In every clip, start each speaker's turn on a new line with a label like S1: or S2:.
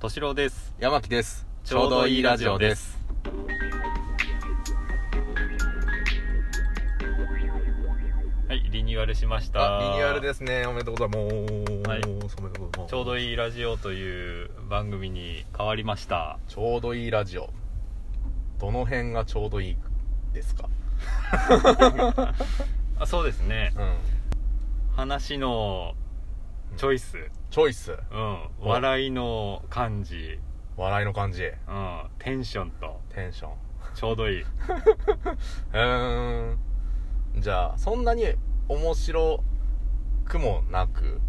S1: 敏郎です。
S2: 山木です
S1: ちょうどいいラジオですはい、リニューアルしました。
S2: あリニューアルですねおめでとうございます、
S1: はい
S2: おめでとうございます
S1: ちょうどいいラジオという番組に変わりました。
S2: ちょうどいいラジオどの辺がちょうどいいですか
S1: あ、そうですね。
S2: うん
S1: 話のチョイス、
S2: チョイス
S1: うん、笑いの感じ、
S2: 笑いの感じ
S1: うん、テンションと
S2: テンション
S1: ちょうどいい。
S2: うーんじゃあそんなに面白くもなく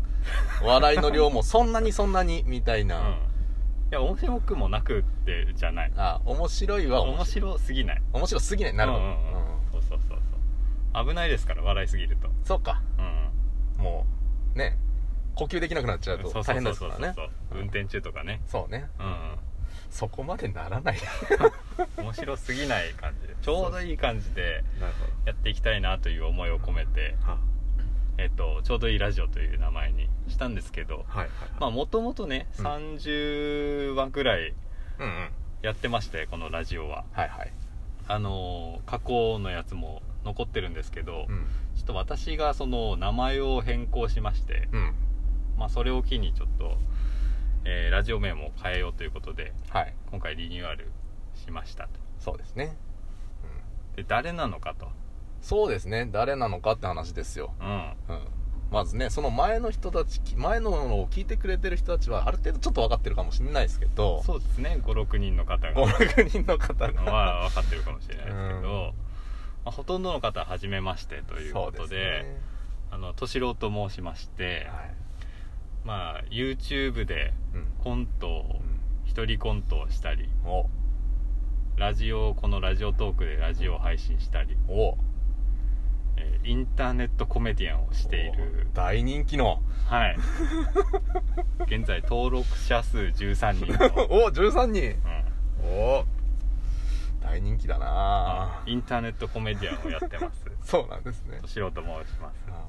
S2: 笑いの量もそんなにそんなにみたい
S1: うん。い
S2: な、
S1: や、面白くもなくってじゃない。
S2: あ面白いは面
S1: 面
S2: 白い
S1: 白すぎない。
S2: 面白すぎないなるほど、
S1: うんうんうん
S2: うん
S1: そうそうそうそう。危ないですから、笑いすぎると。
S2: そうか
S1: うん。
S2: もうね呼吸できなくなっちゃうと大変ですか
S1: そうそ
S2: らね
S1: うそうそう
S2: うん
S1: 運転中とかね
S2: そうね
S1: うん
S2: そこまでならない
S1: 面白すぎない感じでちょうどいい感じで
S2: なる
S1: やっていきたいなという思いを込めて、
S2: ほどは
S1: えっと、ちょうどいいラジオという名前にしたんですけど
S2: はいはい
S1: まあもともとね
S2: うん
S1: 30話くらい
S2: うんうん
S1: やってましてこのラジオは
S2: はいはい
S1: あのー過去のやつも残ってるんですけど、
S2: うん
S1: ちょっと私がその名前を変更しまして、
S2: うん
S1: まあ、それを機にちょっと、えーラジオ名も変えようということで
S2: はい
S1: 今回リニューアルしましたと
S2: そうですね、うん、
S1: で誰なのかと、
S2: そうですね誰なのかって話ですよ、
S1: うん、
S2: うん、まずねその前の人たち前のを聞いてくれてる人たちはある程度ちょっと分かってるかもしれないですけど
S1: そうですね56人の方が
S2: 56人の方が、
S1: まあ分かってるかもしれないですけど、
S2: うん
S1: まあ、ほとんどの方は初めましてという
S2: そ
S1: こ
S2: うで
S1: と
S2: す
S1: で
S2: ね
S1: あの敏郎と申しまして、
S2: はい
S1: まあ YouTube で
S2: うん
S1: コントを
S2: う
S1: 一人コントをしたり
S2: んお
S1: ラジオこのラジオトークでラジオを配信したり、
S2: お
S1: えーインターネットコメディアンをしている
S2: お大人気の
S1: はい現在登録者数13人 の、うん
S2: お13人お大人気だな
S1: インターネットコメディアンをやってます
S2: そうなんですね
S1: 素人と申します
S2: あ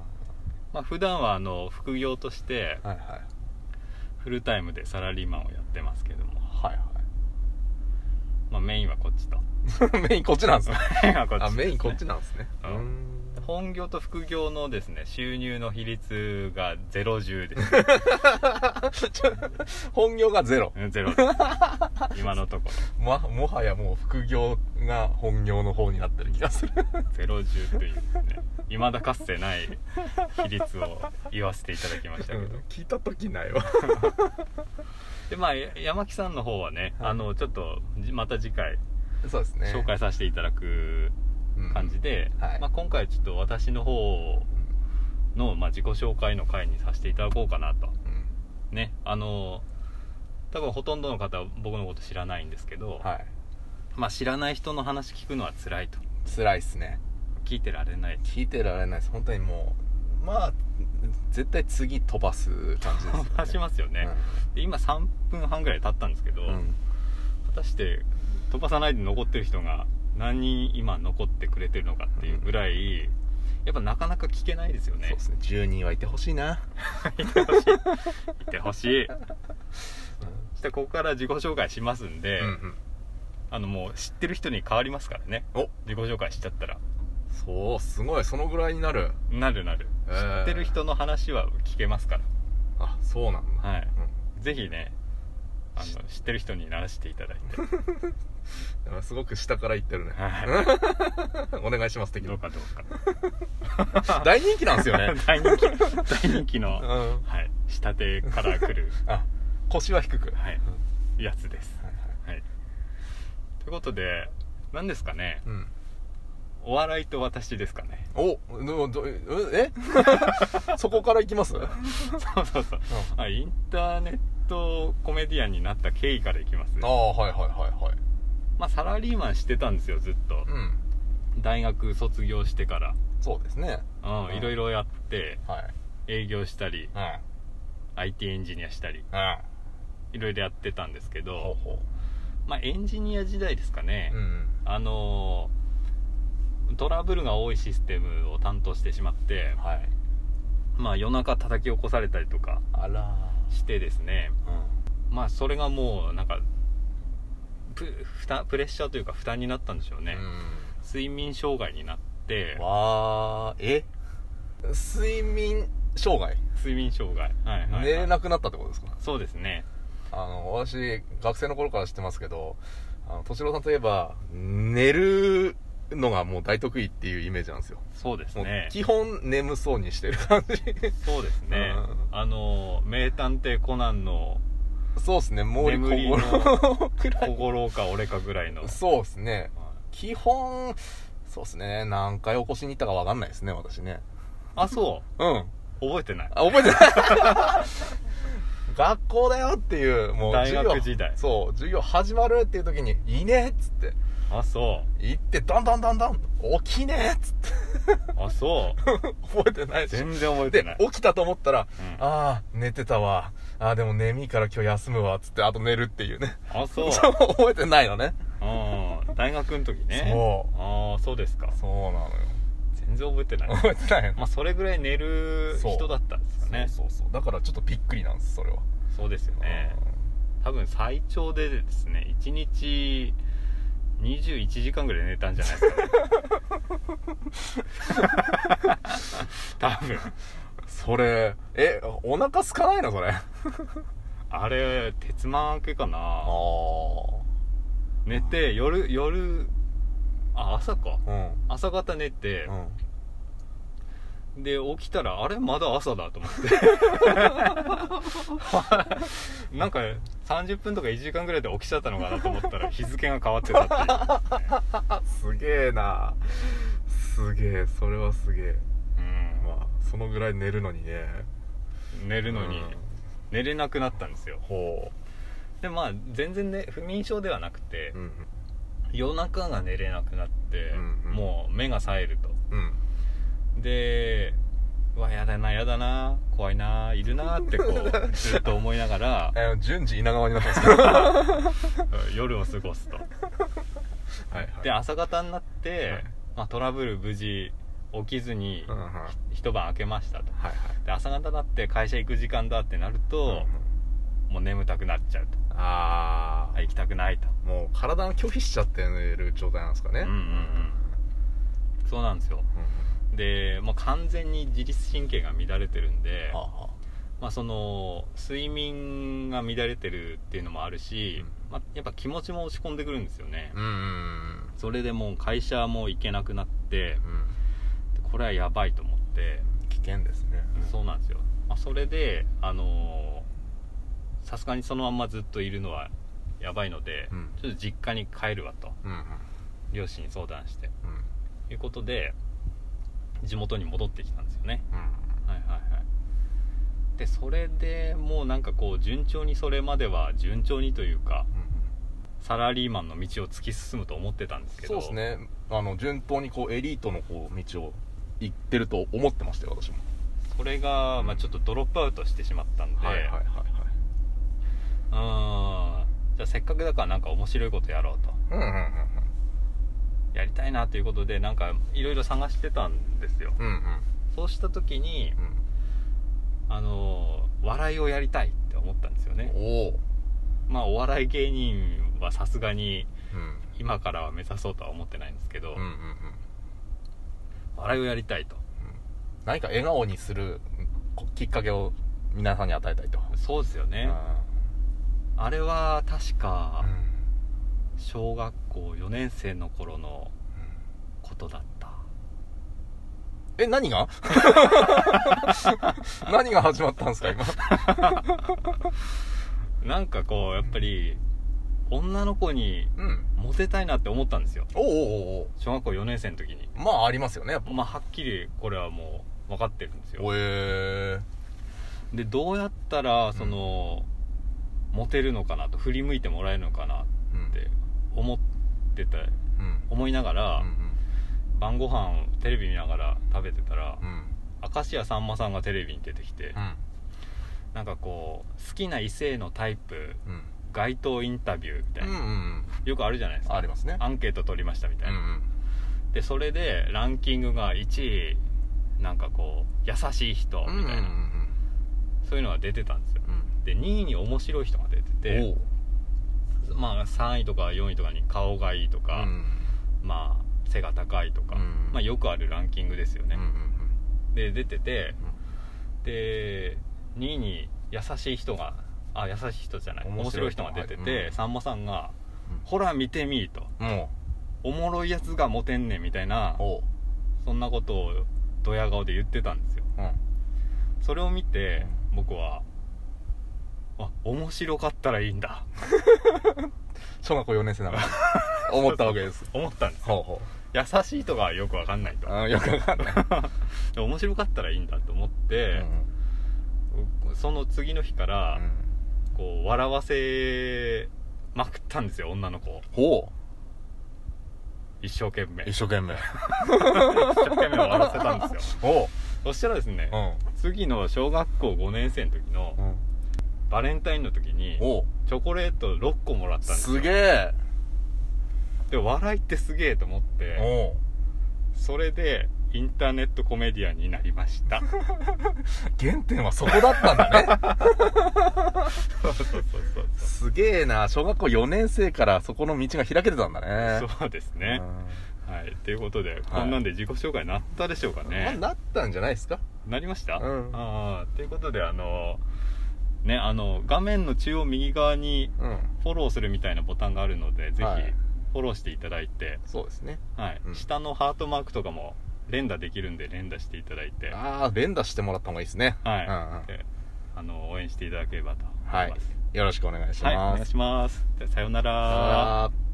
S1: まあ普段はあの副業として
S2: ーはいはい
S1: フルタイムでサラリーマンをやってますけども、
S2: はい
S1: まあ、メインはこっちと
S2: はい メインこっちなんですね
S1: メインはこっち
S2: あメインこっち
S1: な
S2: なんですね
S1: う
S2: うんん
S1: 本業と副業のですね収入の比率がゼロ10です
S2: 本業がゼロ
S1: うんゼロです今のとこ
S2: ま、もはやもう副業が本業の方になってる気がする
S1: ろゼロ10というですねいまだかつてない比率を言わせていただきましたけど、
S2: 聞いた時ないわ
S1: でまあや山木さんの方はね、
S2: はい
S1: あのちょっとじまた次回
S2: そうですね
S1: 紹介させていただく感じ、で、
S2: うんはい
S1: まあ、今回ちょっと私の方
S2: うん
S1: の、まあ、自己紹介の回にさせていただこうかなと
S2: うん
S1: ねあの多分ほとんどの方は僕のこと知らないんですけど、
S2: はい
S1: まあ、知らない人の話聞くのは辛いと
S2: 辛いっすね
S1: 聞いてられない
S2: 聞いてられないです本当にもうまあ絶対次飛ばす感じですよ、ね、
S1: 話 しますよね、で今3分半ぐらい経ったんですけど、
S2: うん、うん
S1: 果たして飛ばさないで残ってる人が何人今残ってくれてるのかっていうぐらい、やっぱなかなか聞けないですよ
S2: そう
S1: ね
S2: ですね10人はいてほしいな、
S1: いてほし いそしてここから自己紹介しますんで、
S2: うんうん
S1: あのもう知ってる人に変わりますからね
S2: お
S1: 自己紹介しちゃったら
S2: そうすごいそのぐらいになる
S1: なるなる、
S2: えー
S1: 知ってる人の話は聞けますか
S2: あそうなんだ
S1: らはい
S2: うん
S1: ぜひねあの知ってる人にならしていただいて
S2: だからすごく下から言ってるね
S1: は
S2: お願いします
S1: い
S2: 的
S1: ど うか
S2: な
S1: どうか
S2: 大人気なんですよね
S1: 大人気大人気の、
S2: うん
S1: はい、下手から来る、
S2: あ腰は低く、
S1: はいうやつです
S2: んはいは
S1: は
S2: い
S1: いということで何ですかね
S2: うん
S1: お笑いと私ですか ね
S2: おどどえ そこから行き ますあ
S1: そうそうそうあインターネットコメディアンになった経緯からいきます
S2: あはいはいはいはい
S1: まあサラリーマンしてたんですよずっと
S2: うん
S1: 大学卒業してから
S2: そうですね
S1: うん
S2: うん
S1: いろいろやって
S2: はい
S1: 営業したり
S2: うん
S1: IT エンジニアしたり
S2: うん
S1: いろいろやってたんですけ
S2: ほ
S1: ど
S2: うほ
S1: まあエンジニア時代ですかね
S2: ううん
S1: あのートラブルが多いシステムを担当してしまって
S2: はい
S1: まあ夜中叩き起こされたりとか
S2: あら
S1: してですね
S2: うん
S1: まあそれがもうなんかプ負担プレッシャーというか負担になったんでしょうね、
S2: う
S1: 睡眠障害になって
S2: んわーえ睡眠障害
S1: 睡眠障害、はいはいはい
S2: 寝れなくなったってことですか
S1: そうですね
S2: あの私学生の頃から知ってますけどあの敏郎さんといえば寝るのがもう大得意っていうイメージなんですよ
S1: そうです
S2: もう
S1: ね
S2: 基本眠そうにしてる感じ
S1: そうですね
S2: うん
S1: あの名探偵コナンの
S2: そうですねもう
S1: 眠りの
S2: 心くらい
S1: 心か俺かぐらいの
S2: そうですね
S1: はい
S2: 基本そうですね何回起こしに行ったか分かんないですね私ね
S1: あそ
S2: うん
S1: う覚えてない
S2: あ覚えてない 学校だよっていうもう
S1: 大学
S2: 授業
S1: 時代
S2: そう授業始まるっていう時に「いいね」っつって
S1: あそ
S2: 行ってどんどんどんどん起きねえっつって
S1: うあそう
S2: 覚えてないし
S1: 全然覚えてな
S2: で
S1: い
S2: 起きたと思ったら、
S1: うん
S2: ああ寝てたわああでも眠いから今日休むわっつってあと寝るっていうね
S1: あそう
S2: そう覚えてないのね
S1: うん大学の時ね
S2: そう
S1: ああそうですか
S2: そうなのよ
S1: 全然覚えてない
S2: 覚えてないの、
S1: まあそれぐらい寝る人だったんですよねそう
S2: そうそうそうだからちょっとびっくりなんですそれは
S1: ですよね多分最長でですね1日21時間ぐらい寝たんじゃないですか、ね、多分
S2: うんそれえお腹空かないのそれあ
S1: あれ鉄満明けかな
S2: あ
S1: 寝て夜夜あ朝か
S2: うんうん
S1: 朝方寝て、で起きたらあれまだ朝だと 思ってなんか30分とか1時間ぐらいで起きちゃったのかなと思ったら日付が変わってたっていう、ね
S2: あすげえなすげえそれはすげえ
S1: うんまあ
S2: まあそのぐらい寝るのにね
S1: 寝るのに
S2: うん
S1: 寝れなくなったんですよ
S2: ほ
S1: でまあ全然ね不眠症ではなくて
S2: ううん
S1: 夜中が寝れなくなって
S2: うんうん
S1: もう目が冴えると
S2: うん
S1: でうわやだなやだな怖いないるなってこ うずっと思いながら
S2: えー順次稲川になったん ですけどは
S1: うん夜を過ごすと
S2: い、はい、
S1: で朝方になって、
S2: はい
S1: まあ、トラブル無事起きずに
S2: うんうんはいはい
S1: 一晩明けましたと
S2: はい
S1: で朝方になって会社行く時間だってなる
S2: うん
S1: と
S2: うん、
S1: もう眠たくなっちゃうと
S2: ああ、
S1: あ行きたくないと
S2: もう体が拒否しちゃってる状態なんですかね
S1: うんうんうんそうなんですよ
S2: うんうん
S1: で、まあ、完全に自律神経が乱れてるんで、
S2: はあはあ
S1: まあ、その睡眠が乱れてるっていうのもあるし、
S2: うん
S1: まあ、やっぱ気持ちも落ち込んでくるんですよね、
S2: うんうん
S1: それでもう会社も行けなくなって
S2: うん
S1: でこれはやばいと思って
S2: 危険ですね
S1: そうなんですよ、まあ、それであのーさすがにそのまんまずっといるのはやばいので、
S2: うん
S1: ちょっと実家に帰るわと
S2: うんうん
S1: 両親に相談して
S2: うん
S1: ということで地元に戻ってきたんですよね
S2: うん
S1: はいはいはいでそれでもうなんかこう順調にそれまでは順調にというかサラリーマンの道を突き進むと思ってたんですけ
S2: そう
S1: ど
S2: ですねあの順当にこうエリートのこう道を行ってると思ってましたよ私も
S1: それが、ま
S2: う
S1: あ、
S2: ん
S1: ちょっとドロップアウトしてしまったんで、
S2: い
S1: うんじゃあせっかくだからなんか面白いことやろうと
S2: うんうん
S1: やりたいなということでなんかいろいろ探してたんですよ
S2: うんうんうん
S1: そうした時にあのー笑いをやりたいって思ったんですよ
S2: うん
S1: ね
S2: おお
S1: まあお笑い芸人はさすがに
S2: うん
S1: 今からは目指そうとは思ってないんですけど、
S2: うんうんうん
S1: 笑いをやりたいと
S2: 何か笑顔にするこきっかけを皆さんに与えたいと
S1: そうですよね
S2: あ
S1: あれは確
S2: ー
S1: か
S2: うん
S1: 小学校4年生の頃のことだった
S2: え何 が何が始まったんですか今
S1: なんかこうやっぱり女の子に
S2: うん
S1: モテたいなって思ったんですよ
S2: おうおうおう
S1: 小学校4年生の時に
S2: おうまあありますよねやっぱ
S1: まあはっきりこれはもう分かってるんですよ
S2: おえ
S1: でどうやったらその、モテるのかなと振り向いてもらえるのかなっ
S2: うん
S1: て思ってた
S2: うん
S1: 思いながら
S2: う、ん
S1: 晩ご飯をテレビ見ながら食べてたら、
S2: うん
S1: 明石家さんまさんがテレビに出てきて、
S2: うん
S1: なんかこう好きな異性のタイプ
S2: うん
S1: 街頭インタビューみた
S2: う
S1: い
S2: んう
S1: な、
S2: ん
S1: よくあるじゃないですか
S2: ありますね
S1: アンケート取りましたみた
S2: う
S1: い
S2: ん
S1: な、でそれでランキングが1位なんかこう優しい人
S2: うんうん
S1: みたいな、
S2: うん
S1: そういうのが出てたんですよ
S2: うん
S1: で2位に面白い人が出ててってまあ3位とか4位とかに顔がいいと
S2: おう
S1: か、
S2: うん
S1: まあ背が高いとか、
S2: うん
S1: まあ、よくあるランキングですよ
S2: うんう
S1: ね、
S2: ん
S1: で出てて
S2: うん
S1: で2位に優しい人があ優しい人じゃない面
S2: 面
S1: 白
S2: 白
S1: い
S2: い
S1: 人
S2: 人
S1: が
S2: が
S1: 出てて、
S2: はいうん
S1: さんまさんが
S2: うん
S1: 「ほら見てみい」と
S2: も
S1: 「おもろいやつがモテんねん」みたいな
S2: うおう
S1: そんなことをドヤ顔で言ってたんですよ
S2: うん
S1: それを見て僕はあ面白かったらいいんだ
S2: 小学校4年生な のに思ったわけです
S1: 思ったんです
S2: ほうほ
S1: 優しいとかよくわかんないと
S2: ううんよくわかんない、
S1: で面白かったらいいんだと思っ
S2: うん
S1: て、その次の日から、
S2: うん
S1: こう笑わせまくったんですよ女の子を
S2: ほ
S1: 一生懸命
S2: う一生懸命
S1: 一生懸命笑わせたんですよ
S2: おう
S1: そしたらですね、
S2: うん
S1: 次の小学校5年生の時の
S2: うん
S1: バレンタインの時に
S2: おう
S1: チョコレート6個もらったんですよ
S2: すげえ
S1: で笑いってすげえと思って
S2: おう
S1: それでインターネットコメディアンになりました
S2: 原点はそこだったんだね
S1: そうそうそうそう
S2: すげえな小学校4年生からそこの道が開けてたんだね
S1: そうですね、はいということで、こんなんで自己紹介なったでしょうか
S2: うんまあ
S1: ね
S2: なったんじゃないですか
S1: なりました、
S2: うん
S1: ああということであのねあの画面の中央右側に
S2: うん
S1: フォローするみたいなボタンがあるのでぜひ
S2: はい
S1: フォローしていただいて、
S2: そうですね
S1: はい
S2: うん
S1: 下のハートマークとかも連打できるんで連打していただいては
S2: ああ連打してもらった方がいいですね
S1: い、
S2: うんうん
S1: であの応援していただければと思い
S2: はい
S1: ます、
S2: よろしくお願いし
S1: はい、お
S2: ま
S1: 願い
S2: す
S1: しますでさようなら
S2: さよなら